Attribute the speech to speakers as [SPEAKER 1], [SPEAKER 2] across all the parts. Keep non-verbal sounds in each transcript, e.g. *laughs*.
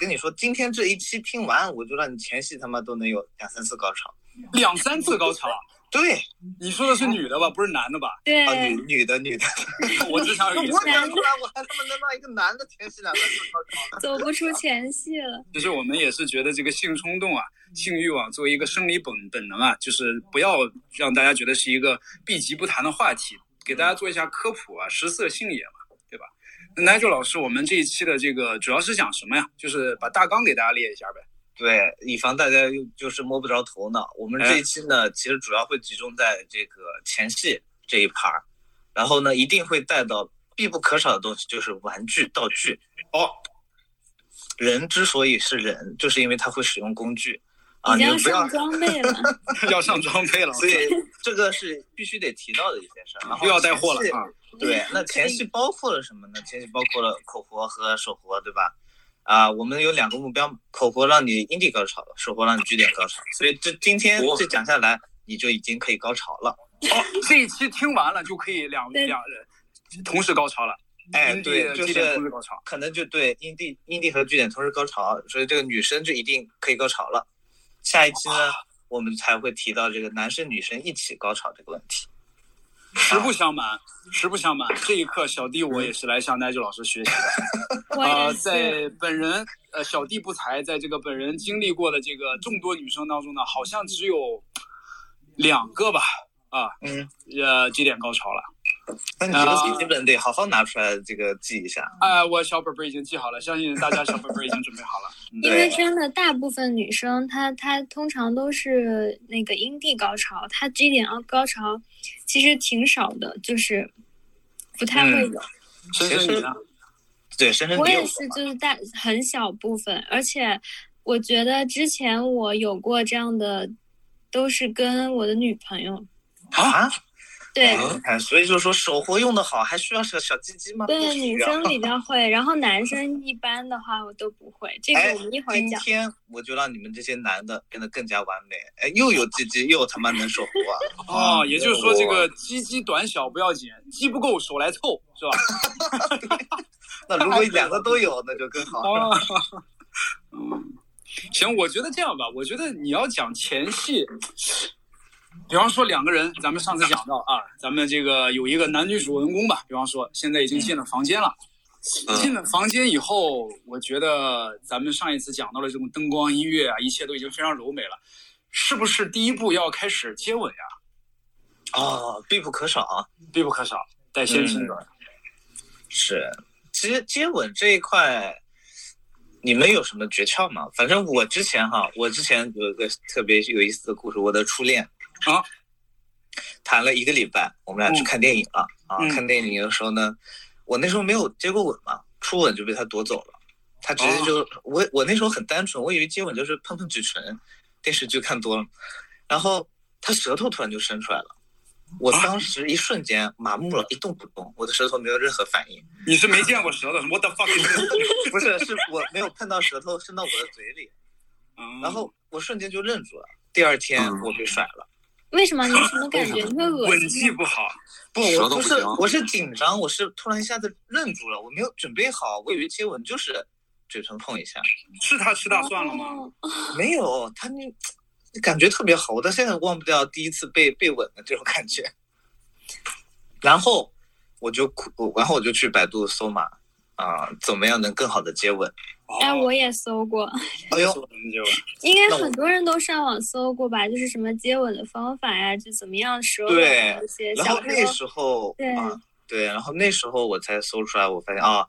[SPEAKER 1] 跟你说，今天这一期听完，我就让你前戏他妈都能有两三次高潮。
[SPEAKER 2] 两三次高潮，
[SPEAKER 1] 对，
[SPEAKER 2] 你说的是女的吧？不是男的吧？
[SPEAKER 3] 对，
[SPEAKER 1] 啊，女女的女的，
[SPEAKER 2] 我只想有一
[SPEAKER 1] *laughs*
[SPEAKER 2] 次
[SPEAKER 1] 我。想出来，我还他妈能让一个男的前戏两三次高潮呢。
[SPEAKER 3] 走不出前戏了。
[SPEAKER 2] 其实我们也是觉得这个性冲动啊、性欲望作为一个生理本本能啊，就是不要让大家觉得是一个避极不谈的话题，给大家做一下科普啊，食色性也嘛，对吧？那 Nigel 老师，我们这一期的这个主要是讲什么呀？就是把大纲给大家列一下呗。 *laughs*
[SPEAKER 1] 对，以防大家又就是摸不着头脑，我们这一期呢，其实主要会集中在这个前戏这一盘儿，然后呢，一定会带到必不可少的东西，就是玩具道具。
[SPEAKER 2] 哦，
[SPEAKER 1] 人之所以是人，就是因为他会使用工具啊，
[SPEAKER 3] 已
[SPEAKER 1] 你
[SPEAKER 3] 经要
[SPEAKER 1] 们不要 *laughs*
[SPEAKER 3] 上，装备了，
[SPEAKER 2] 要上装备了，
[SPEAKER 1] 所以这个是必须得提到的一件事儿。然后
[SPEAKER 2] *laughs* 又要带货了
[SPEAKER 1] 前戏
[SPEAKER 2] 啊！
[SPEAKER 1] 对，那前戏包括了什么呢？前戏包括了口活和手活，对吧？啊，我们有两个目标，口活让你阴蒂高潮了，手活让你居点高潮。所以这今天
[SPEAKER 2] 哇
[SPEAKER 1] 这讲下来，你就已经可以高潮了。
[SPEAKER 2] 哦，这一期听完了就可以两
[SPEAKER 3] 对
[SPEAKER 2] 两人同时高潮了。
[SPEAKER 1] 哎
[SPEAKER 2] 阴蒂
[SPEAKER 1] 对
[SPEAKER 2] 嗯的
[SPEAKER 1] 就
[SPEAKER 2] 基点
[SPEAKER 1] 是
[SPEAKER 2] 同时高潮。
[SPEAKER 1] 可能就对阴蒂阴蒂和据点同时高潮，所以这个女生就一定可以高潮了。下一期呢，我们才会提到这个男生女生一起高潮这个问题。
[SPEAKER 2] 实不相瞒，实不相瞒，这一课小弟我也是来向奈 i 老师学习的。
[SPEAKER 3] 我
[SPEAKER 1] 啊
[SPEAKER 2] 呃，
[SPEAKER 3] 也是。
[SPEAKER 2] 在本人呃小弟不才，在这个本人经历过的这个众多女生当中呢，好像只有两个吧，啊，
[SPEAKER 1] 嗯，
[SPEAKER 2] 呃，几点高潮了？
[SPEAKER 1] 那你这个笔记本得好好拿出来，这个记一下。
[SPEAKER 2] 哎、我小本本已经记好了，相信大家小本本已经准备好了。嗯
[SPEAKER 3] 因为
[SPEAKER 1] 对
[SPEAKER 3] 真的，大部分女生她她通常都是那个阴蒂高潮，她 G 点啊高潮其实挺少的，就是不太会有。
[SPEAKER 2] 深深你呢？
[SPEAKER 1] 对，深深
[SPEAKER 3] 我
[SPEAKER 1] 嗯你有
[SPEAKER 3] 也
[SPEAKER 1] 过
[SPEAKER 3] 是，
[SPEAKER 1] 吗
[SPEAKER 3] 就是大很小部分，而且我觉得之前我有过这样的，都是跟我的女朋友。
[SPEAKER 1] 啊？
[SPEAKER 3] 对，
[SPEAKER 1] 哎，所以就是说手活用的好，还需要小小鸡鸡吗？不
[SPEAKER 3] 对，
[SPEAKER 1] 需
[SPEAKER 3] 女
[SPEAKER 1] 要 *laughs*
[SPEAKER 3] 生比较会，然后男生一般的话我都不会。这个
[SPEAKER 1] 哎
[SPEAKER 3] 我们一会儿
[SPEAKER 1] 今
[SPEAKER 3] 讲。
[SPEAKER 1] 天我就让你们这些男的变得更加完美，哎，又有鸡鸡，又他妈能手
[SPEAKER 3] *laughs*
[SPEAKER 1] 活、啊。
[SPEAKER 2] 哦，也就是说这个鸡鸡短小不要紧，鸡不够手来凑，是吧？
[SPEAKER 1] 那如果两个都有，那就更好。
[SPEAKER 2] 啊， *laughs* 嗯，行，我觉得这样吧，我觉得你要讲前戏，比方说两个人，咱们上次讲到啊，咱们这个有一个男女主人公吧，比方说现在已经进了房间了，
[SPEAKER 1] 嗯
[SPEAKER 2] 进了房间以后，我觉得咱们上一次讲到了这种灯光、音乐啊，一切都已经非常柔美了，是不是第一步要开始接吻呀、
[SPEAKER 1] 哦，必不可少啊。
[SPEAKER 2] 必不可少，带先
[SPEAKER 1] 嗯
[SPEAKER 2] 亲嘴。
[SPEAKER 1] 是，其实接吻这一块，你们有什么诀窍吗？反正我之前哈，我之前有一个特别有意思的故事，我的初恋
[SPEAKER 2] 啊，
[SPEAKER 1] 谈了一个礼拜，我们俩去
[SPEAKER 2] 嗯
[SPEAKER 1] 看电影了、
[SPEAKER 2] 嗯
[SPEAKER 1] 啊。看电影的时候呢，我那时候没有接过吻嘛，初吻就被他夺走了。他直接
[SPEAKER 2] 哦
[SPEAKER 1] 就、我我那时候很单纯，我以为接吻就是碰碰嘴唇，电视剧看多了，然后他舌头突然就伸出来了，我
[SPEAKER 2] 啊
[SPEAKER 1] 当时一瞬间麻木了，一动不动，我的舌头没有任何反应。
[SPEAKER 2] 你是没见过舌头，What *laughs* the fuck is
[SPEAKER 1] *laughs*
[SPEAKER 2] this？
[SPEAKER 1] 不是，是我没有碰到舌头伸到我的嘴里，然
[SPEAKER 2] 嗯
[SPEAKER 1] 后我瞬间就愣住了。第二天
[SPEAKER 4] 嗯
[SPEAKER 1] 我被甩了，
[SPEAKER 3] 为什么？你什么感觉？你会恶
[SPEAKER 2] 嗯吻
[SPEAKER 3] 心
[SPEAKER 2] 技
[SPEAKER 3] 吗？
[SPEAKER 2] 不好，
[SPEAKER 1] 不，
[SPEAKER 4] 舌
[SPEAKER 1] 我
[SPEAKER 4] 头
[SPEAKER 1] 不
[SPEAKER 4] 不
[SPEAKER 1] 是
[SPEAKER 4] 行，
[SPEAKER 1] 我是紧张，我是突然一下子愣住了，我没有准备好，我以为接吻就是嘴唇碰一下，
[SPEAKER 2] 是他吃大蒜了吗？
[SPEAKER 3] 哦？
[SPEAKER 1] 没有，他那感觉特别好，我到现在忘不掉第一次被被吻的这种感觉。然后我就哭，然后我就去百度搜嘛，啊、怎么样能更好的接吻？
[SPEAKER 3] 哎，我也搜过，
[SPEAKER 1] 哎
[SPEAKER 2] 呦
[SPEAKER 1] 呦，，
[SPEAKER 3] 应该
[SPEAKER 1] 哦那我
[SPEAKER 3] 很多人都上网搜过吧？就是什么接吻的方法呀，就怎么样舌吻
[SPEAKER 1] 对
[SPEAKER 3] 啊这些
[SPEAKER 1] 然
[SPEAKER 3] 小
[SPEAKER 1] 后
[SPEAKER 3] 时
[SPEAKER 1] 那
[SPEAKER 3] 候
[SPEAKER 1] 时候
[SPEAKER 3] 对
[SPEAKER 1] 啊，对，然后那时候我才搜出来，我发现啊，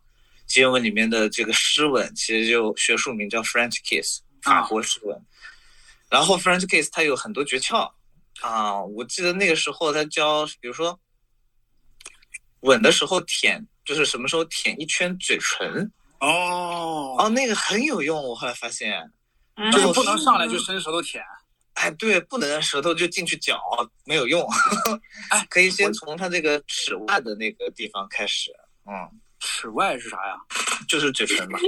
[SPEAKER 1] 接吻里面的这个湿吻其实就学术名叫 French kiss，
[SPEAKER 2] 啊
[SPEAKER 1] 法国湿吻。然后 French kiss 它有很多诀窍啊，我记得那个时候他教，比如说吻的时候舔，就是什么时候舔一圈嘴唇，
[SPEAKER 2] 哦，哦
[SPEAKER 1] 哦，那个很有用。我后来发现，
[SPEAKER 3] 啊，
[SPEAKER 2] 就是
[SPEAKER 1] 我
[SPEAKER 2] 不能上来就是伸舌头舔。
[SPEAKER 1] 哎，对，不能舌头就进去嚼，没有用。 *laughs*
[SPEAKER 2] 哎
[SPEAKER 1] 可以先从它这个齿外的那个地方开始，嗯。
[SPEAKER 2] 齿外是啥呀？
[SPEAKER 1] 就是嘴唇嘛，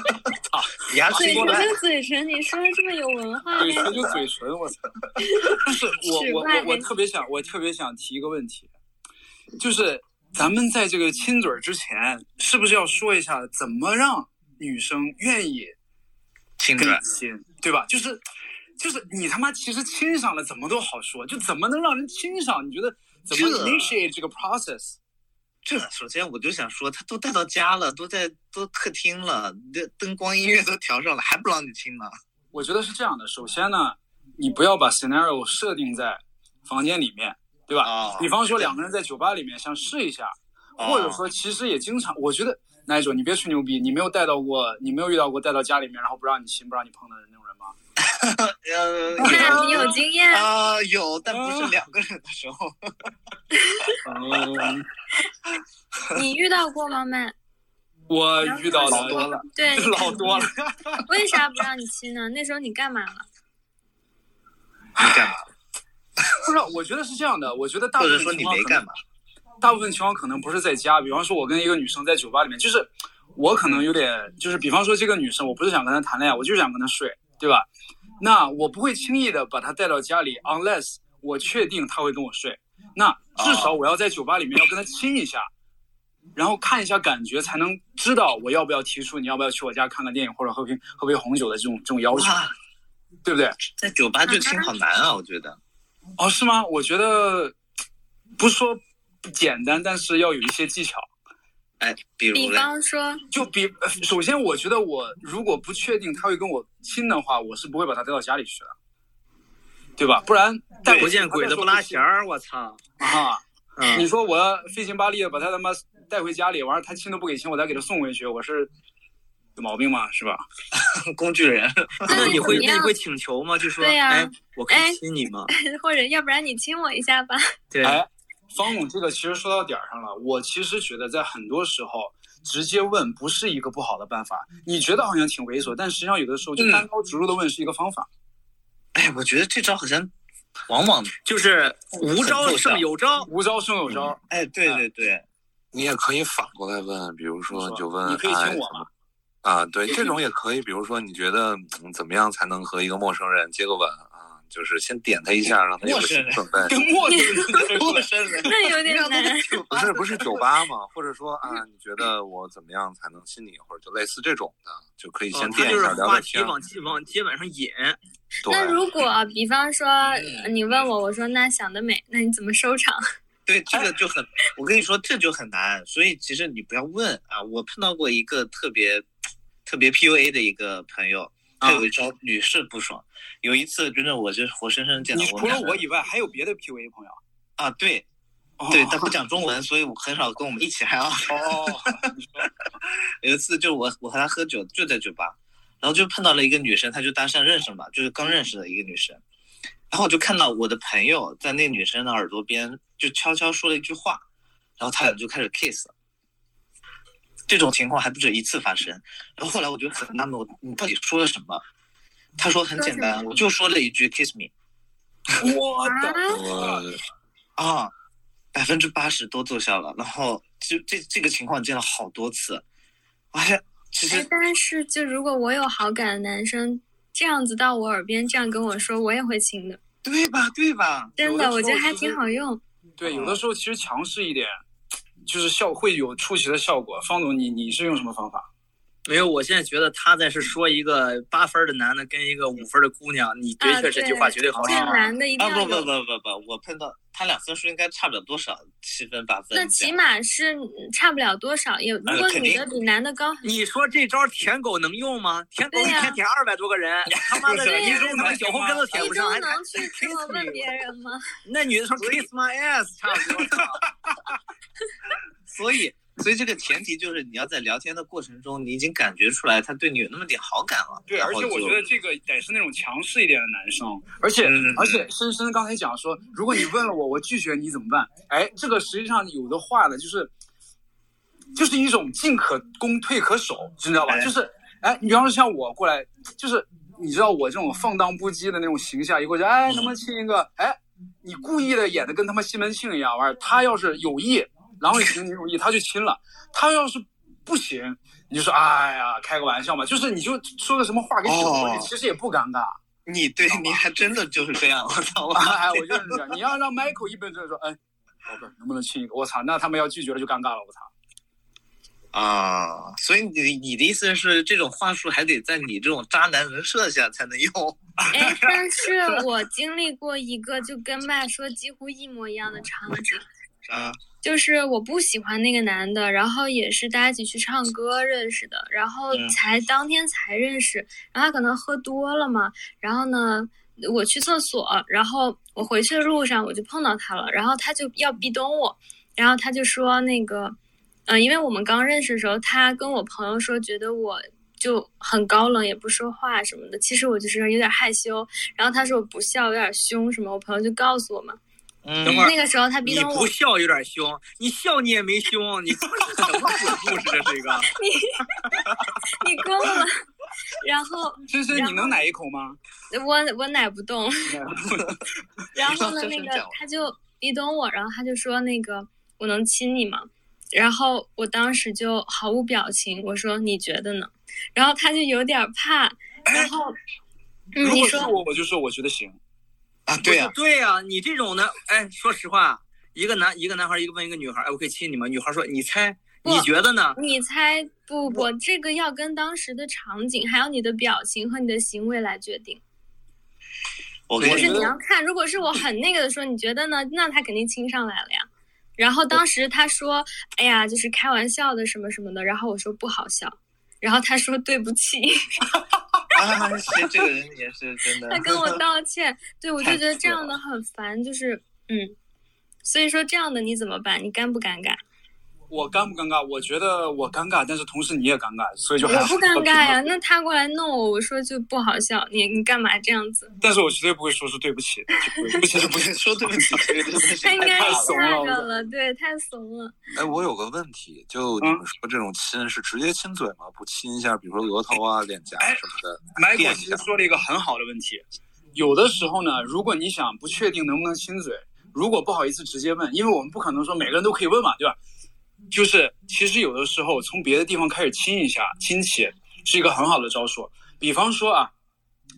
[SPEAKER 1] *laughs* 啊牙齿
[SPEAKER 3] 嘴
[SPEAKER 1] 过
[SPEAKER 3] 唇
[SPEAKER 1] 来。
[SPEAKER 3] 的嘴唇，你说的这么有文化
[SPEAKER 2] 嘴
[SPEAKER 3] 呢？
[SPEAKER 2] 唇就嘴唇，我 *laughs* 操！但是我我
[SPEAKER 3] 齿外
[SPEAKER 2] 我我特别想，我特别想提一个问题，就是咱们在这个亲嘴儿之前，是不是要说一下怎么让女生愿意
[SPEAKER 1] 亲
[SPEAKER 2] 跟你
[SPEAKER 1] 的，
[SPEAKER 2] 亲，嗯对吧？就是就是你他妈其实亲上了，怎么都好说，就怎么能让人亲上？你觉得怎么
[SPEAKER 1] 这
[SPEAKER 2] initiate 这个 process？
[SPEAKER 1] 这首先我就想说，他都带到家了，都在都客厅了，这灯光音乐都调上了，还不让你亲呢？
[SPEAKER 2] 我觉得是这样的，首先呢，你不要把 scenario 设定在房间里面，对吧？
[SPEAKER 1] 啊
[SPEAKER 2] 比方说两个人在酒吧里面想试一下，
[SPEAKER 1] 啊
[SPEAKER 2] 或者说其实也经常，我觉得那一种你别吹牛逼，你没有带到过，你没有遇到过带到家里面然后不让你亲不让你碰的那种人吗？
[SPEAKER 1] 呃，
[SPEAKER 3] 你看
[SPEAKER 1] 有
[SPEAKER 3] 你有经验，
[SPEAKER 1] 啊、有，但不是两个人的时候，
[SPEAKER 2] 嗯，
[SPEAKER 3] 你遇到过吗，曼？
[SPEAKER 2] 我遇到
[SPEAKER 1] 老多
[SPEAKER 2] 了，
[SPEAKER 1] *laughs*
[SPEAKER 3] 对，你
[SPEAKER 2] 老多了。 *laughs*
[SPEAKER 3] 为啥不让你亲呢？那时候你干嘛了？
[SPEAKER 1] 你 *laughs* 干嘛？
[SPEAKER 2] 不是，我觉得是这样的，我觉得大
[SPEAKER 1] 或
[SPEAKER 2] 部
[SPEAKER 1] 者
[SPEAKER 2] 分
[SPEAKER 1] 说你
[SPEAKER 2] 情况
[SPEAKER 1] 没
[SPEAKER 2] 可能
[SPEAKER 1] 干嘛？
[SPEAKER 2] 大部分情况可能不是在家，比方说，我跟一个女生在酒吧里面，就是我可能有点，就是比方说这个女生，我不是想跟她谈恋爱，我就是想跟她睡，对吧？那我不会轻易的把她带到家里，unless 我确定她会跟我睡。那至少我要在酒吧里面要跟她亲一下，然后看一下感觉，才能知道我要不要提出你要不要去我家看个电影或者喝瓶喝杯红酒的这种这种要求，
[SPEAKER 1] 哇，
[SPEAKER 2] 对不对？
[SPEAKER 1] 在酒吧就亲好难啊，我觉得。
[SPEAKER 2] 哦，是吗？我觉得不是说不简单，但是要有一些技巧。
[SPEAKER 1] 哎，比如
[SPEAKER 3] 比
[SPEAKER 1] 嘞，
[SPEAKER 3] 方说， *laughs*
[SPEAKER 2] 就比呃首先，我觉得我如果不确定他会跟我亲的话，我是不会把他带到家里去的，对吧？不然带我
[SPEAKER 4] 不见鬼的不拉弦儿，我操！
[SPEAKER 2] 啊！
[SPEAKER 4] 嗯
[SPEAKER 2] 你说我费劲巴力的把他他妈带回家里，完了他亲都不给亲，我再给他送回去，我是有毛病吗？是吧？
[SPEAKER 1] 工具
[SPEAKER 3] *laughs*
[SPEAKER 1] 人，
[SPEAKER 3] 那
[SPEAKER 4] 那
[SPEAKER 3] 你
[SPEAKER 4] 你会
[SPEAKER 3] 怎么
[SPEAKER 4] 那
[SPEAKER 3] 样
[SPEAKER 4] 你会请求吗？就说
[SPEAKER 3] 对呀
[SPEAKER 4] 哎，我可以亲你吗？
[SPEAKER 3] 或者要不然你亲我一下吧。
[SPEAKER 4] 对，
[SPEAKER 2] 哎方总，这个其实说到点儿上了。我其实觉得在很多时候，直接问不是一个不好的办法。你觉得好像挺猥琐，但实际上有的时候就
[SPEAKER 4] 嗯
[SPEAKER 2] 单刀直入的问是一个方法。
[SPEAKER 1] 哎，我觉得这招好像往往
[SPEAKER 4] 就是无招胜有招。
[SPEAKER 2] 无招胜
[SPEAKER 4] 嗯
[SPEAKER 2] 有招，
[SPEAKER 1] 哎，对对对，
[SPEAKER 5] 你也可以反过来问，比如说
[SPEAKER 2] 你说
[SPEAKER 5] 你就问，
[SPEAKER 2] 你可以
[SPEAKER 5] 哎
[SPEAKER 2] 亲我吗？
[SPEAKER 5] 啊，对，这种也可以。比如说，你觉得嗯怎么样才能和一个陌生人接个吻啊？就是先点他一下，让他有
[SPEAKER 1] 陌
[SPEAKER 5] 个
[SPEAKER 1] 生
[SPEAKER 5] 心
[SPEAKER 1] 人
[SPEAKER 5] 理准
[SPEAKER 1] *laughs*
[SPEAKER 5] 备。
[SPEAKER 2] 跟陌生
[SPEAKER 1] 哎陌
[SPEAKER 2] 人对话
[SPEAKER 1] 生人，
[SPEAKER 3] *laughs* 那有点
[SPEAKER 1] *laughs*
[SPEAKER 3] 难。
[SPEAKER 5] 不是不是酒吧嘛？或者说啊，你觉得我怎么样才能亲你，或者就类似这种的，就可以先
[SPEAKER 4] 嗯他
[SPEAKER 5] 垫
[SPEAKER 4] 就
[SPEAKER 5] 一
[SPEAKER 4] 是
[SPEAKER 5] 下聊
[SPEAKER 4] 话
[SPEAKER 5] 聊
[SPEAKER 4] 题
[SPEAKER 5] 天。
[SPEAKER 4] 往往接吻上引，
[SPEAKER 3] 那
[SPEAKER 5] 对，
[SPEAKER 3] 如果啊比方说
[SPEAKER 1] 嗯
[SPEAKER 3] 呃你问我，我说那想得美，那你怎么
[SPEAKER 1] *laughs*
[SPEAKER 3] 收场？
[SPEAKER 1] 对这个就很，我跟你说这就很难，所以其实你不要问啊。我碰到过一个特别特别 PUA 的一个朋友，他有一招屡试不爽。有一次真的我就是活生生见到
[SPEAKER 2] 你除
[SPEAKER 1] 们
[SPEAKER 2] 了我
[SPEAKER 1] 两个
[SPEAKER 2] 以外，还有别的 PUA 朋友？
[SPEAKER 1] 啊，对
[SPEAKER 2] 哦
[SPEAKER 1] 对，他不讲中文，所以我很少跟我们一起 hang out。
[SPEAKER 2] 哦，你说
[SPEAKER 1] 有一次就我我和他喝酒就在酒吧，然后就碰到了一个女生，她就搭讪认识嘛，就是刚认识的一个女生，然后我就看到我的朋友在那女生的耳朵边就悄悄说了一句话，然后他俩就开始 kiss 了。这种情况还不止一次发生，然后后来我就很纳闷，我你到底说了什么？他说很简单，我就说了一句 kiss me
[SPEAKER 2] 我的
[SPEAKER 3] 啊
[SPEAKER 5] 我
[SPEAKER 1] 啊，百分之八十都奏效了。然后就这这个情况见了好多次，我还其实
[SPEAKER 3] 哎，但是就如果我有好感的男生这样子到我耳边这样跟我说，我也会亲的。
[SPEAKER 1] 对吧对吧？
[SPEAKER 3] 真
[SPEAKER 2] 有的时
[SPEAKER 3] 的，
[SPEAKER 2] 候
[SPEAKER 3] 我觉得还
[SPEAKER 2] 其实
[SPEAKER 3] 挺好用。
[SPEAKER 1] 哦
[SPEAKER 2] 对，有的时候其实强势一点，就是效会有出奇的效果。方总，你你是用什么方法？
[SPEAKER 4] 没有，我现在觉得他在是说一个八分的男的跟一个五分的姑娘，你
[SPEAKER 3] 啊
[SPEAKER 4] 的确这句话绝对好
[SPEAKER 3] 这
[SPEAKER 4] 使。
[SPEAKER 3] 个男的一定
[SPEAKER 1] 啊不
[SPEAKER 3] 要
[SPEAKER 1] 不
[SPEAKER 3] 有，
[SPEAKER 1] 不不不，我碰到他俩分数应该差不了多少，七分八分这
[SPEAKER 3] 那
[SPEAKER 1] 样。
[SPEAKER 3] 起码是差不了多少。也如
[SPEAKER 1] 呃
[SPEAKER 3] 果
[SPEAKER 1] 肯
[SPEAKER 3] 女
[SPEAKER 1] 定
[SPEAKER 3] 的比男的高，
[SPEAKER 4] 你说这招舔狗能用吗？舔狗
[SPEAKER 3] 对
[SPEAKER 4] 一
[SPEAKER 3] 呀
[SPEAKER 4] 天舔二百多个人，他妈的，
[SPEAKER 2] 就是
[SPEAKER 4] 一周他妈
[SPEAKER 2] 你
[SPEAKER 4] 小红根都舔
[SPEAKER 3] 你
[SPEAKER 4] 不
[SPEAKER 3] 就
[SPEAKER 4] 上，还
[SPEAKER 3] 能去
[SPEAKER 4] 还
[SPEAKER 3] 这么
[SPEAKER 4] kiss
[SPEAKER 3] 问
[SPEAKER 4] 你
[SPEAKER 3] 别人
[SPEAKER 1] *laughs*
[SPEAKER 3] 吗？
[SPEAKER 4] 那女的说 kiss my ass，差不多。
[SPEAKER 1] 所以 *laughs* 所以这个前提就是你要在聊天的过程中，你已经感觉出来他对你有那么点好感了。
[SPEAKER 2] 对，
[SPEAKER 1] 然
[SPEAKER 2] 而
[SPEAKER 1] 后
[SPEAKER 2] 且我
[SPEAKER 1] 就
[SPEAKER 2] 觉得这个得是那种强势一点的男生，而且、
[SPEAKER 1] 嗯
[SPEAKER 2] 而且深深刚才讲说，如果你问了我，我拒绝你怎么办？哎，这个实际上有的话呢，就是就是一种进可攻退可守，你知道吧？
[SPEAKER 1] 哎
[SPEAKER 2] 就是哎，你比方说像我过来，就是你知道我这种放荡不羁的那种形象，一过去
[SPEAKER 1] 嗯
[SPEAKER 2] 哎，他妈亲一个，哎，你故意的演的跟他妈西门庆一样玩儿，他要是有意，郎有情女有意，他就亲了；他要是不行，你就说哎呀，开个玩笑嘛，就是你就说个什么话给怼过去，
[SPEAKER 1] 哦
[SPEAKER 2] 其实也不尴尬。
[SPEAKER 1] 你对你还真的就是这样，我操！
[SPEAKER 2] *laughs*
[SPEAKER 1] 我
[SPEAKER 2] 哎，我就是这样。你要让 Michael 一本正经说，哎，宝贝儿，能不能亲一个？我操，那他们要拒绝了就尴尬了，我操。
[SPEAKER 1] 啊，
[SPEAKER 4] 所以你你的意思是，这种话术还得在你这种渣男人设下才能用？
[SPEAKER 3] 哎，但是我经历过一个就跟麦说几乎一模一样的场景，
[SPEAKER 1] 啊，
[SPEAKER 3] 就是我不喜欢那个男的，然后也是大家一起去唱歌认识的，然后
[SPEAKER 4] 嗯
[SPEAKER 3] 才当天才认识，然后他可能喝多了嘛，然后呢，我去厕所，然后我回去的路上我就碰到他了，然后他就要壁咚我，然后他就说那个。嗯，因为我们刚认识的时候，他跟我朋友说，觉得我就很高冷，也不说话什么的。其实我就是有点害羞。然后他说我不笑，有点凶什么。我朋友就告诉我嘛。
[SPEAKER 4] 嗯，
[SPEAKER 3] 那个时候他逼
[SPEAKER 4] 你
[SPEAKER 3] 着我
[SPEAKER 4] 不，笑有点凶，你笑你也没凶，你什么鬼故事这是一个？
[SPEAKER 3] 你够了。嗯然后嗯
[SPEAKER 2] 深深，你能奶一口吗？
[SPEAKER 3] 我我奶不
[SPEAKER 2] *laughs*
[SPEAKER 3] 动，然后呢，
[SPEAKER 1] 你
[SPEAKER 3] 那
[SPEAKER 1] 让深深
[SPEAKER 3] 个
[SPEAKER 1] 讲
[SPEAKER 3] 他就逼咚我，然后他就说那个我能亲你吗？然后我当时就毫无表情，我说你觉得呢？然后他就有点怕，
[SPEAKER 2] *laughs*
[SPEAKER 3] 然后嗯，
[SPEAKER 2] 如
[SPEAKER 3] 你
[SPEAKER 2] 果是
[SPEAKER 3] 说
[SPEAKER 2] 我，我就说我觉得行。
[SPEAKER 1] 啊，对呀、
[SPEAKER 4] 不是对呀、你这种的，哎，说实话，一个男一个男孩，一个问一个女孩，哎，我可以亲你吗？女孩说，你猜，
[SPEAKER 3] 不
[SPEAKER 4] 你觉得呢？
[SPEAKER 3] 你猜不不，这个要跟当时的场景，还有你的表情和你的行为来决定。
[SPEAKER 1] 我跟
[SPEAKER 3] 就
[SPEAKER 1] 你
[SPEAKER 3] 是你
[SPEAKER 1] 说，
[SPEAKER 3] 要看，如果是我很那个的时候，你觉得呢？那他肯定亲上来了呀。然后当时他说：“哎呀，就是开玩笑的什么什么的。”然后我说：“不好笑。”然后他说：“对不
[SPEAKER 1] *laughs*
[SPEAKER 3] 起。
[SPEAKER 1] 啊，是这个人也是真”
[SPEAKER 3] *laughs*
[SPEAKER 1] 的
[SPEAKER 3] 他，跟我道歉。对，我就觉得这样的很烦，就是嗯。所以说这样的你怎么办？你尴不尴尬？
[SPEAKER 2] 我尴不尴尬？我觉得我尴尬，但是同时你也尴尬，所以就
[SPEAKER 3] 我
[SPEAKER 2] 还好
[SPEAKER 3] 不尴尬呀。。那他过来弄我，我说就不好笑。你你干嘛这样子？
[SPEAKER 2] 但是我绝对不会说出对不起，对不起，
[SPEAKER 1] 不是说对不起，这个真的是
[SPEAKER 3] 他应该
[SPEAKER 1] 太
[SPEAKER 2] 太
[SPEAKER 1] 怂
[SPEAKER 2] 怂
[SPEAKER 3] 吓
[SPEAKER 1] 了。
[SPEAKER 2] 了
[SPEAKER 3] 着了，对，太怂了。
[SPEAKER 5] 哎，我有个问题，就你们说这种亲是直接亲嘴吗？不亲一下，比如说额头啊、脸颊
[SPEAKER 2] 哎
[SPEAKER 5] 什么的。
[SPEAKER 2] Michael 其实说了一个很好的问题，有的时候呢，如果你想不确定能不能亲嘴，如果不好意思直接问，因为我们不可能说每个人都可以问嘛，对吧？就是其实有的时候从别的地方开始亲一下亲戚是一个很好的招数。比方说啊，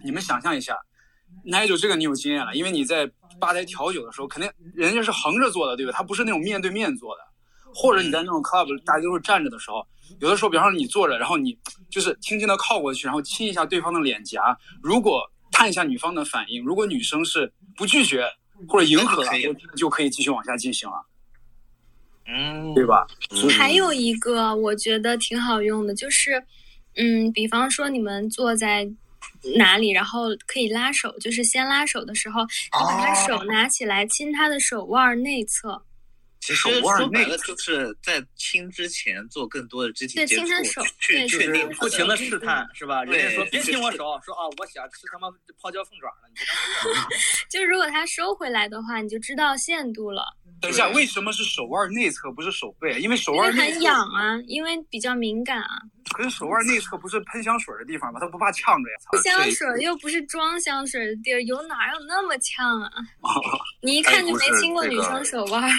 [SPEAKER 2] 你们想象一下，奶酒这个你有经验了，因为你在吧台调酒的时候，肯定人家是横着坐的，对吧？他不是那种面对面坐的，或者你在那种 club 大家都是站着的时候，有的时候，比方说你坐着，然后你就是轻轻的靠过去，然后亲一下对方的脸颊，如果看一下女方的反应，如果女生是不拒绝或者迎合
[SPEAKER 1] 那就
[SPEAKER 2] 了
[SPEAKER 1] 可以了，
[SPEAKER 2] 我就可以继续往下进行了，
[SPEAKER 1] 嗯，
[SPEAKER 2] 对吧？
[SPEAKER 3] 还有一个我觉得挺好用的，就是，嗯，比方说你们坐在哪里，然后可以拉手，就是先拉手的时候，你把他手拿起来亲他的手腕内侧，
[SPEAKER 1] 其
[SPEAKER 4] 手
[SPEAKER 1] 实
[SPEAKER 4] 腕
[SPEAKER 1] 说白
[SPEAKER 4] 内
[SPEAKER 1] 了就是在亲之前做更多的肢体
[SPEAKER 3] 对
[SPEAKER 1] 接
[SPEAKER 3] 亲
[SPEAKER 1] 触
[SPEAKER 3] 他手，
[SPEAKER 1] 去
[SPEAKER 3] 对
[SPEAKER 1] 确
[SPEAKER 4] 就是
[SPEAKER 1] 定
[SPEAKER 3] 亲他
[SPEAKER 4] 不
[SPEAKER 3] 手
[SPEAKER 4] 停的试探，是吧？
[SPEAKER 1] 对
[SPEAKER 4] 人家说别
[SPEAKER 1] 就是
[SPEAKER 4] 亲我手，说啊，我想吃他妈泡椒凤爪了，你就当这个。
[SPEAKER 3] 就是如果他收回来的话，你就知道限度了，
[SPEAKER 2] 等一下，为什么是手腕内侧不是手背？因为手
[SPEAKER 3] 因为
[SPEAKER 2] 腕内
[SPEAKER 3] 很
[SPEAKER 2] 侧，
[SPEAKER 3] 痒啊，因为比较敏感啊，
[SPEAKER 2] 可是手腕内侧不是喷香水的地方吗？它不怕呛着呀？
[SPEAKER 5] 啊
[SPEAKER 3] 香水又不是装香水的地儿，有哪有那么呛
[SPEAKER 5] *laughs*
[SPEAKER 3] 啊？你一看就
[SPEAKER 5] 哎不
[SPEAKER 3] 没
[SPEAKER 5] 是
[SPEAKER 3] 亲过
[SPEAKER 5] 这
[SPEAKER 3] 女
[SPEAKER 5] 个
[SPEAKER 3] 生手腕儿。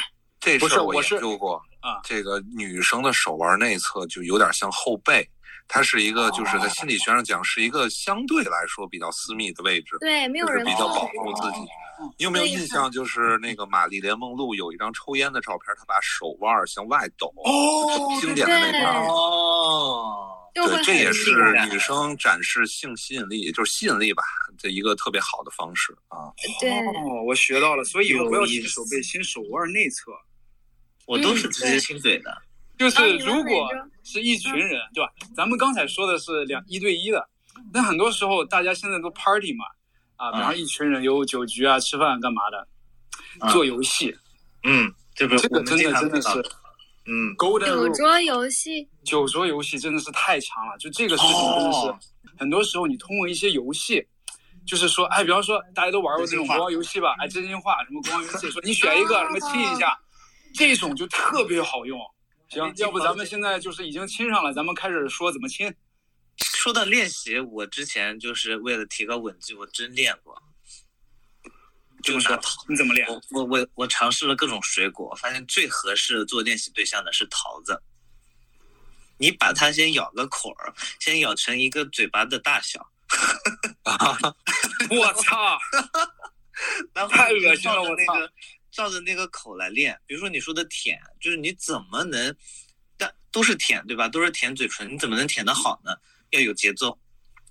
[SPEAKER 5] 这
[SPEAKER 2] 不
[SPEAKER 5] 事
[SPEAKER 2] 是
[SPEAKER 5] 儿
[SPEAKER 2] 我
[SPEAKER 5] 研
[SPEAKER 2] 是
[SPEAKER 5] 究过
[SPEAKER 2] 啊
[SPEAKER 5] 这个女生的手腕内侧就有点像后背，它是一个，就是
[SPEAKER 2] 哦
[SPEAKER 5] 在心理学上讲是一个相对来说比较私密的位置，
[SPEAKER 3] 对，没有
[SPEAKER 5] 就是
[SPEAKER 3] 人
[SPEAKER 5] 比较保
[SPEAKER 3] 碰。
[SPEAKER 5] 护自己。
[SPEAKER 3] 嗯
[SPEAKER 5] 你有没有
[SPEAKER 3] 对
[SPEAKER 5] 印象？就是
[SPEAKER 3] 嗯
[SPEAKER 5] 那个《玛丽莲梦露》有一张抽烟的照片，她把手腕儿向外抖，
[SPEAKER 2] 哦
[SPEAKER 5] 经典的那
[SPEAKER 3] 对
[SPEAKER 5] 张。
[SPEAKER 4] 哦，
[SPEAKER 3] 就会
[SPEAKER 5] 对，
[SPEAKER 3] 很
[SPEAKER 5] 这也是
[SPEAKER 3] 敏感
[SPEAKER 5] 女生展示性吸引力，就是吸引力吧的一个特别好的方式啊。
[SPEAKER 3] 对，
[SPEAKER 2] 哦，我学到了，所以以后不要
[SPEAKER 1] 有意
[SPEAKER 2] 亲
[SPEAKER 1] 思
[SPEAKER 2] 手背，亲手腕内侧。
[SPEAKER 3] 嗯
[SPEAKER 1] 我都是直接亲嘴的。
[SPEAKER 2] 就是
[SPEAKER 3] 哦你们
[SPEAKER 2] 如果
[SPEAKER 3] 每周
[SPEAKER 2] 是一群人，对吧？咱们刚才说的是两一对一的，那很多时候大家现在都 party 嘛，啊，比方一群人有酒局啊、吃饭干嘛的，
[SPEAKER 1] 啊
[SPEAKER 2] 做游戏，
[SPEAKER 1] 嗯，这不是
[SPEAKER 2] 这
[SPEAKER 1] 我
[SPEAKER 2] 个
[SPEAKER 1] 们
[SPEAKER 2] 真
[SPEAKER 1] 经
[SPEAKER 2] 的
[SPEAKER 1] 常
[SPEAKER 2] 真的
[SPEAKER 1] 遇到
[SPEAKER 2] 是
[SPEAKER 1] 的。嗯，
[SPEAKER 2] golden
[SPEAKER 3] 酒
[SPEAKER 2] rule，
[SPEAKER 3] 桌游戏，
[SPEAKER 2] 酒桌游戏真的是太强了，就这个事情真的是，
[SPEAKER 1] 哦
[SPEAKER 2] 很多时候你通过一些游戏。就是说，哎，比方说大家都玩过这
[SPEAKER 1] 真心
[SPEAKER 2] 种
[SPEAKER 1] 话
[SPEAKER 2] 国王游戏吧，哎，真心话什么国王游戏，说你选一个
[SPEAKER 3] 哦
[SPEAKER 2] 什么亲一下，这种就特别好用。行，要不咱们现在就是已经亲上了，咱们开始说怎么亲。
[SPEAKER 1] 说到练习，我之前就是为了提高吻技，我真练过，就拿桃
[SPEAKER 2] 你怎么练？
[SPEAKER 1] 我我我我尝试了各种水果，发现最合适做练习对象的是桃子。你把它先咬个口儿，先咬成一个嘴巴的大小，
[SPEAKER 2] *laughs* 我操！
[SPEAKER 1] 然后
[SPEAKER 2] 太恶心了
[SPEAKER 1] 你就照着
[SPEAKER 2] 我
[SPEAKER 1] 那个照着那个口来练，比如说你说的舔，就是你怎么能但都是舔，对吧？都是舔嘴唇，你怎么能舔得好呢？要有节奏，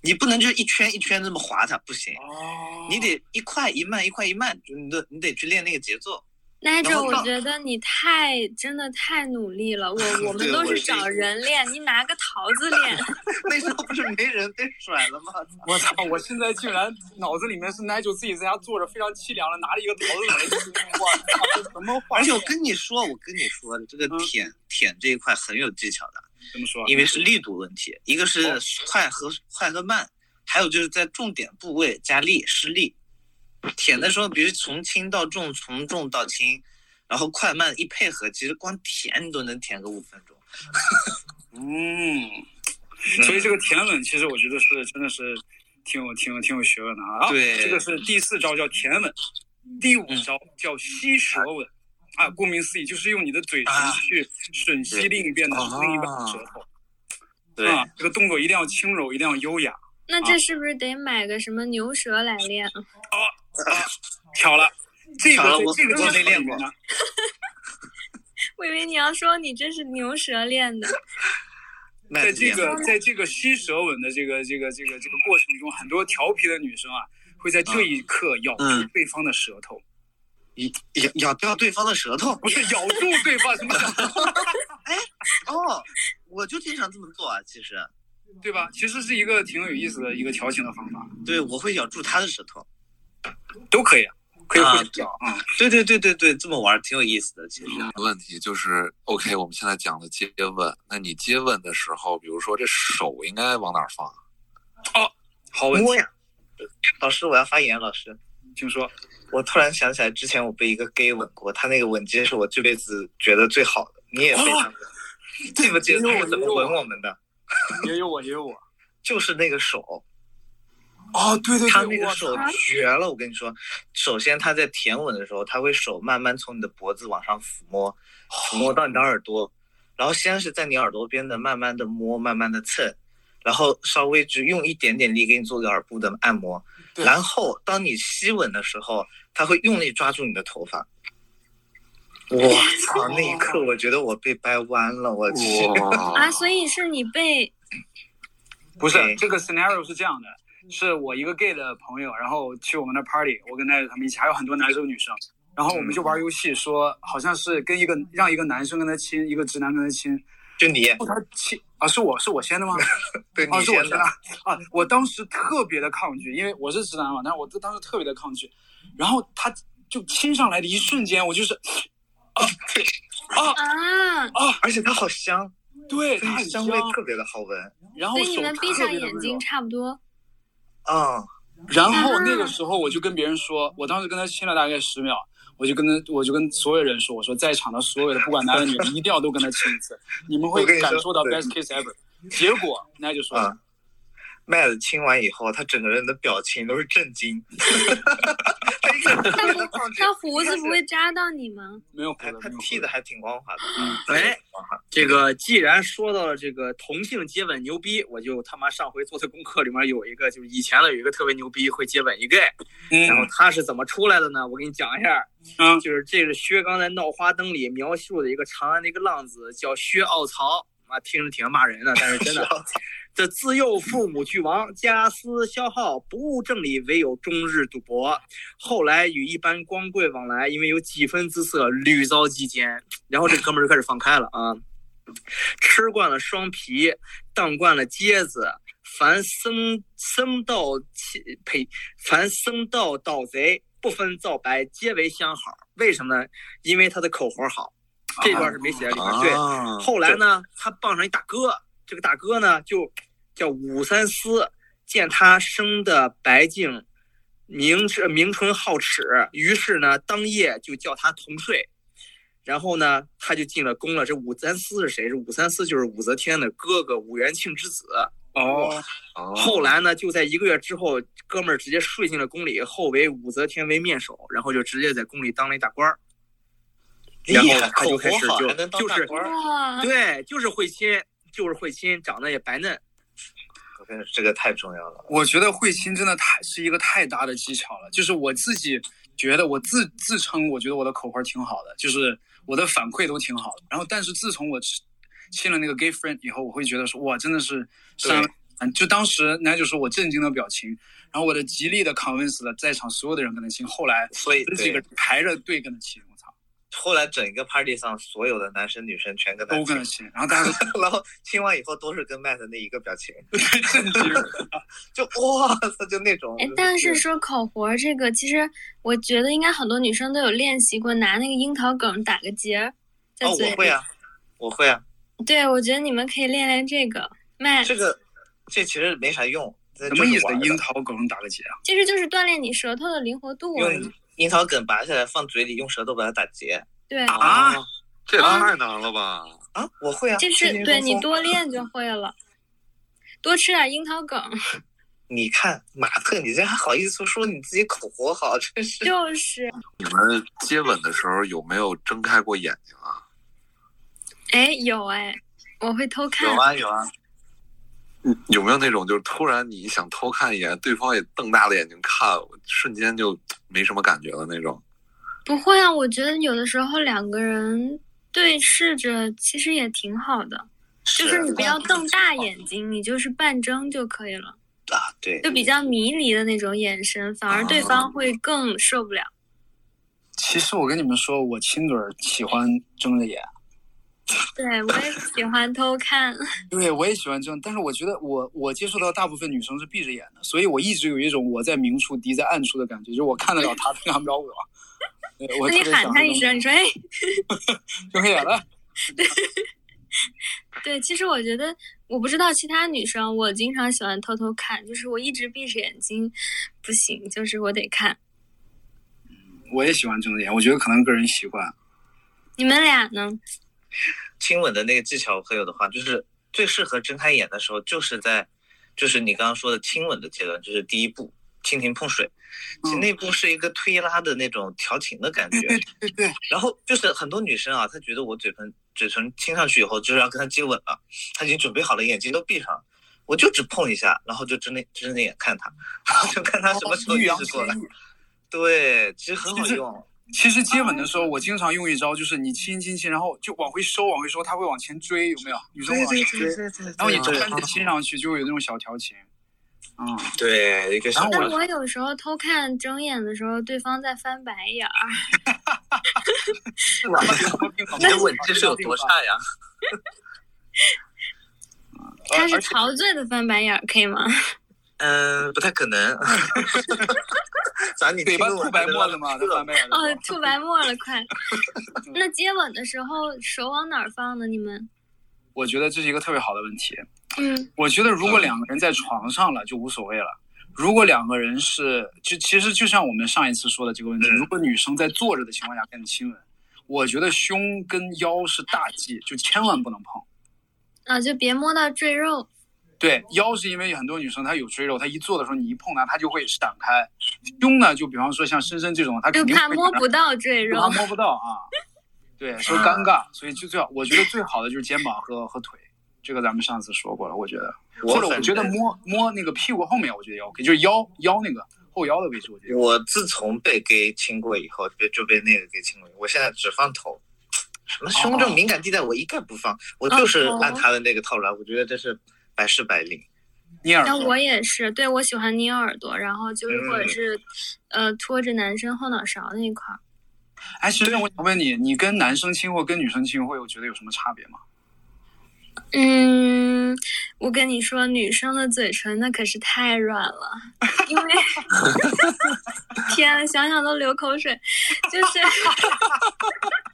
[SPEAKER 1] 你不能就一圈一圈这么划它，不行，
[SPEAKER 2] 哦
[SPEAKER 1] 你得一快一慢，一快一慢，你得你得去练那个节奏。
[SPEAKER 3] 耐
[SPEAKER 1] 然
[SPEAKER 3] 着，
[SPEAKER 1] 后
[SPEAKER 3] 我
[SPEAKER 1] 到
[SPEAKER 3] 觉得你太真的太努力
[SPEAKER 1] *laughs*
[SPEAKER 3] 了，我我们
[SPEAKER 1] 对
[SPEAKER 3] 都
[SPEAKER 1] 我
[SPEAKER 3] 是
[SPEAKER 1] 是
[SPEAKER 3] 找人练，你拿个桃子练，
[SPEAKER 1] 那时候不是没人被甩了
[SPEAKER 2] *laughs*
[SPEAKER 1] 吗？
[SPEAKER 2] 我操！我现在竟然脑子里面是 Nigel 自己在家坐着非常凄凉的，拿着一个桃子在那吃， *laughs* 我操，这什么话？
[SPEAKER 1] 而且我跟你说，我跟你说，这个
[SPEAKER 2] 嗯
[SPEAKER 1] 舔、舔这一块很有技巧的，
[SPEAKER 2] 怎么说？啊
[SPEAKER 1] 因为是力度问题，一个是快和、快和慢，还有就是在重点部位加力施力。舔的时候，比如从轻到重，从重到轻，然后快慢一配合，其实光舔你都能舔个五分钟。
[SPEAKER 2] 嗯，所以这个舔吻，其实我觉得是真的是挺有挺有挺有学问的啊。
[SPEAKER 1] 对
[SPEAKER 2] 这个是第四招叫舔吻，第五招叫吸舌吻。啊，顾名思义，就是用你的嘴唇
[SPEAKER 1] 啊
[SPEAKER 2] 去吮吸另一边的、
[SPEAKER 1] 啊
[SPEAKER 2] 另一半的舌头。
[SPEAKER 1] 对，
[SPEAKER 2] 啊，这个动作一定要轻柔，一定要优雅。
[SPEAKER 3] 那
[SPEAKER 1] 啊
[SPEAKER 3] 这是不是得买个什么牛舌来练？啊
[SPEAKER 2] 巧了，这
[SPEAKER 1] 巧了
[SPEAKER 2] 个
[SPEAKER 1] 我
[SPEAKER 2] 这个
[SPEAKER 1] 我
[SPEAKER 2] 技
[SPEAKER 1] 没
[SPEAKER 2] 巧
[SPEAKER 1] 练
[SPEAKER 2] 里面
[SPEAKER 1] 过
[SPEAKER 2] 呢，
[SPEAKER 3] *laughs* 我以为你要说你这是牛舌练的，
[SPEAKER 1] 那
[SPEAKER 2] 在这个在这个吸舌吻的这个这个这个这个过程中，很多调皮的女生啊，会在这一刻咬住
[SPEAKER 1] 嗯
[SPEAKER 2] 对方的舌头，
[SPEAKER 1] 咬咬掉对方的舌头
[SPEAKER 2] 不是咬住对方什么咬住，
[SPEAKER 1] 哦，我就经常这么做啊。其实，
[SPEAKER 2] *laughs* 对吧？其实是一个挺有意思的一个调情的方法，
[SPEAKER 1] 对我会咬住他的舌头。
[SPEAKER 2] 都可以，可以
[SPEAKER 1] 啊
[SPEAKER 2] 互相咬啊。
[SPEAKER 1] 对对对对对，这么玩儿挺有意思的。其实，
[SPEAKER 5] 问题就是，OK，我们 *laughs* 现在讲的接吻，那你接吻的时候，比如说这手应该往哪儿放？啊
[SPEAKER 2] 好问题，
[SPEAKER 1] 呀！老师，我要发言。老师，
[SPEAKER 2] 请说。
[SPEAKER 1] 我突然想起来，之前我被一个 gay 吻过，他那个吻技是我这辈子觉得最好的。你也非常，记不记得他是怎么吻我们的？
[SPEAKER 2] 也有我，也有我。
[SPEAKER 1] 就是那个手，
[SPEAKER 2] 哦，对对
[SPEAKER 1] 他那个
[SPEAKER 2] 我
[SPEAKER 1] 手绝了。我跟你说，首先他在舔吻的时候，他会手慢慢从你的脖子往上抚摸，抚摸到你的耳朵，然后先是在你耳朵边的慢慢的摸，慢慢的蹭，然后稍微只用一点点力给你做个耳部的按摩，
[SPEAKER 2] 对
[SPEAKER 1] 然后当你吸吻的时候，他会用力抓住你的头发。我操！那一刻，我觉得我被掰弯了，我去。
[SPEAKER 5] 哇
[SPEAKER 3] 啊，所以是你被
[SPEAKER 2] 不是
[SPEAKER 1] 对
[SPEAKER 2] 这个 scenario 是这样的，是我一个 gay 的朋友，然后去我们的 party，我跟他他们一起，还有很多男生女生，然后我们就
[SPEAKER 1] 嗯
[SPEAKER 2] 玩游戏说，好像是跟一个让一个男生跟他亲，一个直男跟他亲，
[SPEAKER 1] 就你，
[SPEAKER 2] 后他亲啊，是我是我先
[SPEAKER 1] *laughs*
[SPEAKER 2] 的吗？
[SPEAKER 1] 对
[SPEAKER 2] 啊，
[SPEAKER 1] 你
[SPEAKER 2] 是我
[SPEAKER 1] 先
[SPEAKER 2] 先的
[SPEAKER 1] 的。
[SPEAKER 2] 啊！我当时特别的抗拒，因为我是直男嘛，但是我当时特别的抗拒。然后他就亲上来的一瞬间，我就是
[SPEAKER 3] 啊，
[SPEAKER 1] 而且它好香，
[SPEAKER 2] 对
[SPEAKER 1] 这
[SPEAKER 2] 他很
[SPEAKER 1] 香味特别的好闻
[SPEAKER 2] 然后
[SPEAKER 3] 所
[SPEAKER 2] 我
[SPEAKER 3] 以你
[SPEAKER 2] 手
[SPEAKER 3] 们闭
[SPEAKER 2] 特
[SPEAKER 3] 上
[SPEAKER 2] 别的
[SPEAKER 3] 眼
[SPEAKER 2] 温柔
[SPEAKER 3] 睛。差不
[SPEAKER 1] *laughs*
[SPEAKER 3] 多。
[SPEAKER 1] 啊。
[SPEAKER 2] 然后那
[SPEAKER 3] 啊
[SPEAKER 2] 个时候我就跟别人说，我当时跟他亲了大概十秒，我就跟他，我就跟所有人说，我说在场的所有的不管男的女的，一定要都跟他亲一次，你们会
[SPEAKER 1] 我跟你说
[SPEAKER 2] 感受到
[SPEAKER 1] 对
[SPEAKER 2] best kiss ever。结果那就说
[SPEAKER 1] 啊，麦子亲完以后，他整个人的表情都是震惊。他一开始特别的抗拒
[SPEAKER 3] 那胡子不会扎到你吗？
[SPEAKER 2] 没有胡
[SPEAKER 1] 哎
[SPEAKER 2] 子，
[SPEAKER 1] 他
[SPEAKER 2] 没有胡
[SPEAKER 1] 剃
[SPEAKER 2] 子
[SPEAKER 1] 的还挺光滑的。，
[SPEAKER 4] 哎，这个既然说到了这个同性接吻牛逼，我就他妈上回做的功课里面有一个，就是以前呢有一个特别牛逼会接吻一 gay，然后
[SPEAKER 2] 嗯
[SPEAKER 4] 他是怎么出来的呢？我给你讲一下，
[SPEAKER 2] 嗯
[SPEAKER 4] 就是这是薛刚在《闹花灯》里描述的一个长安的一个浪子，叫薛傲曹啊，听着挺骂人的，但是真的这自幼父母俱亡，家私消耗，不务正理，唯有终日赌博。后来与一般光棍往来，因为有几分姿色，屡遭击奸。然后这哥们儿就开始放开了啊，吃惯了双皮，当惯了疖子，凡僧僧道窃呸，凡僧道盗贼，不分皂白，皆为相好。为什么呢？因为他的口活好。这段是没写在里面。对，
[SPEAKER 5] 啊
[SPEAKER 4] 后来呢，他傍上一大哥，这个大哥呢就叫武三思，见他生的白净，明是明春皓齿，于是呢当夜就叫他同睡。然后呢，他就进了宫了。这武三思是谁？这武三思就是武则天的哥哥武元庆之子。
[SPEAKER 2] 哦，
[SPEAKER 5] 哦
[SPEAKER 4] 后来呢，就在一个月之后，哥们儿直接睡进了宫里，后为武则天为面首，然后就直接在宫里当了一大官儿。然后
[SPEAKER 1] 厉害
[SPEAKER 4] 他就
[SPEAKER 1] 口
[SPEAKER 4] 开
[SPEAKER 1] 活
[SPEAKER 4] 始
[SPEAKER 1] 好
[SPEAKER 4] 就
[SPEAKER 1] 还能当
[SPEAKER 4] 就
[SPEAKER 1] 大
[SPEAKER 4] 是
[SPEAKER 1] 官儿
[SPEAKER 3] 哇，
[SPEAKER 4] 对，就是会亲，就是会亲，长得也白嫩。
[SPEAKER 1] 我跟你说这个太重要了。
[SPEAKER 2] 我觉得会亲真的太是一个太大的技巧了，就是我自己觉得我自自称，我觉得我的口活挺好的，就是我的反馈都挺好的。然后，但是自从我吃亲了那个 gay friend 以后，我会觉得说哇，真的是删了。嗯，就当时那就是我震惊的表情，然后我的极力的 convince 了在场所有的人跟他亲，后来
[SPEAKER 1] 所以
[SPEAKER 2] 这几个人排着队跟他亲，我操，
[SPEAKER 1] 后来整个 party 上所有的男生女生全跟他
[SPEAKER 2] 都跟他亲，然后大家 *laughs* 都
[SPEAKER 1] *laughs* 然后亲完以后都是跟 Matt 那一个表情，
[SPEAKER 2] 震惊，
[SPEAKER 1] 就哇塞，就那种。
[SPEAKER 3] 哎，但是说口活这个，其实我觉得应该很多女生都有练习过，拿那个樱桃梗打个结在
[SPEAKER 1] 哦，
[SPEAKER 3] 嘴里。
[SPEAKER 1] 我会啊，我会啊，
[SPEAKER 3] 对，我觉得你们可以练练这个。Matt，
[SPEAKER 1] 这个这其实没啥用，什
[SPEAKER 2] 什么意思？樱桃梗打个结啊？
[SPEAKER 3] 其实就是锻炼你舌头的灵活度而已
[SPEAKER 1] 用。樱桃梗拔下来放嘴里，用舌头把它打结
[SPEAKER 3] 对，
[SPEAKER 2] 啊
[SPEAKER 1] 哦
[SPEAKER 5] 这也太难了吧？
[SPEAKER 1] 啊！我会啊，
[SPEAKER 3] 就是
[SPEAKER 1] 天天
[SPEAKER 3] 对
[SPEAKER 1] 放
[SPEAKER 3] 你
[SPEAKER 1] 松
[SPEAKER 3] 多练就会了。多吃点樱桃梗，
[SPEAKER 1] 你看马特，你这还好意思说你自己口活好，真是
[SPEAKER 3] 就是，
[SPEAKER 5] 你们接吻的时候有没有睁开过眼睛啊？
[SPEAKER 3] 哎，有哎，我会偷看
[SPEAKER 1] 有，啊有啊，
[SPEAKER 5] 有没有那种就是突然你想偷看一眼，对方也瞪大了眼睛看，瞬间就没什么感觉了那种？
[SPEAKER 3] 不会啊，我觉得有的时候两个人对视着，其实也挺好的，就是
[SPEAKER 1] 啊
[SPEAKER 3] 你不要瞪大眼睛，你就是半睁就可以了，
[SPEAKER 1] 啊，对，
[SPEAKER 3] 就比较迷离的那种眼神，反而对方会更受不了。
[SPEAKER 2] 其实我跟你们说，我亲嘴儿喜欢睁着眼，
[SPEAKER 3] 对我也喜欢偷看，
[SPEAKER 2] 对我也喜欢睁，但是我觉得我我接触到大部分女生是闭着眼的，所以我一直有一种我在明处敌在暗处的感觉，就是我看得了她，她看不着我。对我
[SPEAKER 3] 那
[SPEAKER 2] 特
[SPEAKER 3] 你
[SPEAKER 2] 别
[SPEAKER 3] 喊
[SPEAKER 2] 享
[SPEAKER 3] 他
[SPEAKER 2] 受
[SPEAKER 3] 一
[SPEAKER 2] 这
[SPEAKER 3] 声，
[SPEAKER 2] 种
[SPEAKER 3] 你说哎，
[SPEAKER 2] 睁开眼了。
[SPEAKER 3] 对，其实我觉得，我不知道其他女生，我经常喜欢偷偷看，就是我一直闭着眼睛，不行，就是我得看。
[SPEAKER 2] 我也喜欢睁着眼，我觉得可能个人习惯。
[SPEAKER 3] 你们俩呢？
[SPEAKER 1] 亲吻的那个技巧可有的话，就是最适合睁开眼的时候，就是在就是你刚刚说的亲吻的阶段，就是第一步蜻蜓碰水，其实
[SPEAKER 2] 嗯
[SPEAKER 1] 那步是一个推拉的那种调情的感觉。
[SPEAKER 2] 对对，
[SPEAKER 1] 然后就是很多女生啊，她觉得我嘴唇嘴唇亲上去以后就是要跟他接吻了，她已经准备好了，眼睛都闭上了，我就只碰一下，然后就睁着睁着眼看他，然后就看他什么时候
[SPEAKER 2] 欲
[SPEAKER 1] 意
[SPEAKER 2] 扬
[SPEAKER 1] 识过
[SPEAKER 2] 先
[SPEAKER 1] 来。
[SPEAKER 2] 抑。
[SPEAKER 1] 对，其实很好用。
[SPEAKER 2] 其实接吻的时候，我经常用一招，就是你亲亲亲，然后就往回收，往回收，他会往前追，有没有？女生会往前追，
[SPEAKER 1] 对对
[SPEAKER 2] 然后你
[SPEAKER 5] 对
[SPEAKER 2] 穿着亲上去，就会有那种小调情。嗯，
[SPEAKER 1] 对一个小
[SPEAKER 2] 然后
[SPEAKER 3] 但
[SPEAKER 2] 我
[SPEAKER 3] 我有时候偷看睁眼的时候，对方在翻白眼儿，
[SPEAKER 2] *laughs*
[SPEAKER 1] 你的吻技是有多差呀？
[SPEAKER 2] 哦
[SPEAKER 3] 他是陶醉的翻白眼儿，可以吗？ *laughs*
[SPEAKER 1] 嗯，不太可 *laughs* 能。咋你
[SPEAKER 2] 嘴
[SPEAKER 1] 听
[SPEAKER 2] 巴
[SPEAKER 1] 得我
[SPEAKER 2] 吐白沫了吗？在啊翻白眼的
[SPEAKER 3] 哦
[SPEAKER 2] 时，
[SPEAKER 3] 吐白沫了，
[SPEAKER 2] *laughs*
[SPEAKER 3] 快！那接吻的时候手往哪儿放呢？你们？
[SPEAKER 2] 候，我觉得这是一个特别好的问题。
[SPEAKER 3] 嗯，
[SPEAKER 2] 我觉得如果两个人在床上了就无所谓了。如果两个人是就其实就像我们上一次说的这个问题，
[SPEAKER 1] 嗯
[SPEAKER 2] 如果女生在坐着的情况下跟你亲吻，我觉得胸跟腰是大忌，就千万不能碰。
[SPEAKER 3] 啊，就别摸到赘肉。
[SPEAKER 2] 对，腰是因为很多女生她有赘肉，她一坐的时候你一碰她，她就会闪开。胸呢，就比方说像深深这种，她
[SPEAKER 3] 就
[SPEAKER 2] 肯定
[SPEAKER 3] 怕
[SPEAKER 2] 会
[SPEAKER 3] 摸
[SPEAKER 2] 让
[SPEAKER 3] 不到赘
[SPEAKER 2] 怕
[SPEAKER 3] 肉，
[SPEAKER 2] 摸不到啊。对，说尴尬，所以就最好，我觉得最好的就是肩膀和和腿，这个咱们上次说过了，我觉得。
[SPEAKER 1] 我
[SPEAKER 2] 或者我
[SPEAKER 1] 反
[SPEAKER 2] 觉得
[SPEAKER 1] 正
[SPEAKER 2] 摸摸那个屁股后面，我觉得也 OK，就是腰腰那个后腰的位置，我觉得
[SPEAKER 1] 我自从被 gay 亲过以后，就就被那个 gay 亲过。我现在只放头，什么胸
[SPEAKER 2] 哦
[SPEAKER 1] 这种敏感地带我一概不放，我就是按他的那个套路来。我觉得这是百试百灵。
[SPEAKER 2] 捏耳
[SPEAKER 3] 那
[SPEAKER 2] 朵
[SPEAKER 3] 我也是，对我喜欢捏耳朵，然后就是或者
[SPEAKER 1] 嗯
[SPEAKER 3] 是，呃，拖着男生后脑勺那一块儿。
[SPEAKER 2] 哎，其实我想问你，你跟男生亲或跟女生亲会，有觉得有什么差别吗？
[SPEAKER 3] 嗯，我跟你说，女生的嘴唇那可是太软了，因为，天啊，想想都流口水，就是。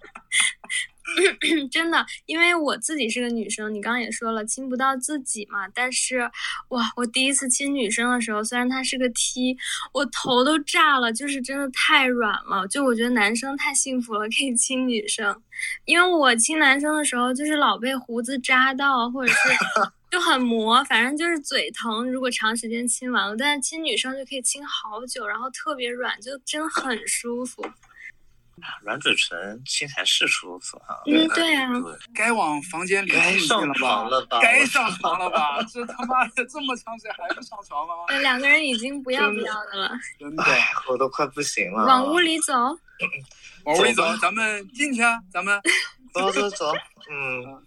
[SPEAKER 3] *laughs* 真的，因为我自己是个女生，你刚刚也说了亲不到自己嘛。但是，哇，我第一次亲女生的时候，虽然她是个 T，我头都炸了，就是真的太软了。就我觉得男生太幸福了，可以亲女生。因为我亲男生的时候，就是老被胡子扎到，或者 *laughs* 是就很磨，反正就是嘴疼。如果长时间亲完了，但是亲女生就可以亲好久，然后特别软，就真的很舒服。
[SPEAKER 1] 软嘴唇亲才是舒服啊！
[SPEAKER 3] 嗯， *laughs* 对啊，
[SPEAKER 5] 哎
[SPEAKER 2] 该往房间里
[SPEAKER 1] 该上床
[SPEAKER 2] 了
[SPEAKER 1] 了吧？
[SPEAKER 2] 该上床了吧？这他妈的这么长时间还不上床吗？
[SPEAKER 3] 对两个人已经不要不要的哦了，
[SPEAKER 2] 真
[SPEAKER 1] *laughs*
[SPEAKER 2] 的
[SPEAKER 1] 我，哎，我都快不行了。
[SPEAKER 3] 往屋里走。
[SPEAKER 2] 往屋里走，咱们进去啊，咱们
[SPEAKER 1] 走走走，嗯，